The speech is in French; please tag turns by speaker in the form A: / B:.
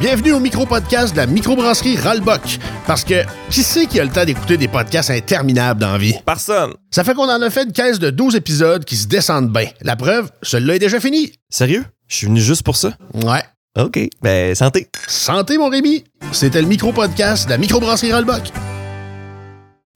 A: Bienvenue au micro-podcast de la microbrasserie Ralbock. Parce que qui c'est qui a le temps d'écouter des podcasts interminables dans la vie?
B: Personne.
A: Ça fait qu'on en a fait une caisse de 12 épisodes qui se descendent bien. La preuve, celui-là est déjà fini.
B: Sérieux? Je suis venu juste pour ça?
A: Ouais.
B: OK. Ben, santé.
A: Santé, mon Rémi! C'était le micro-podcast de la microbrasserie Ralbock.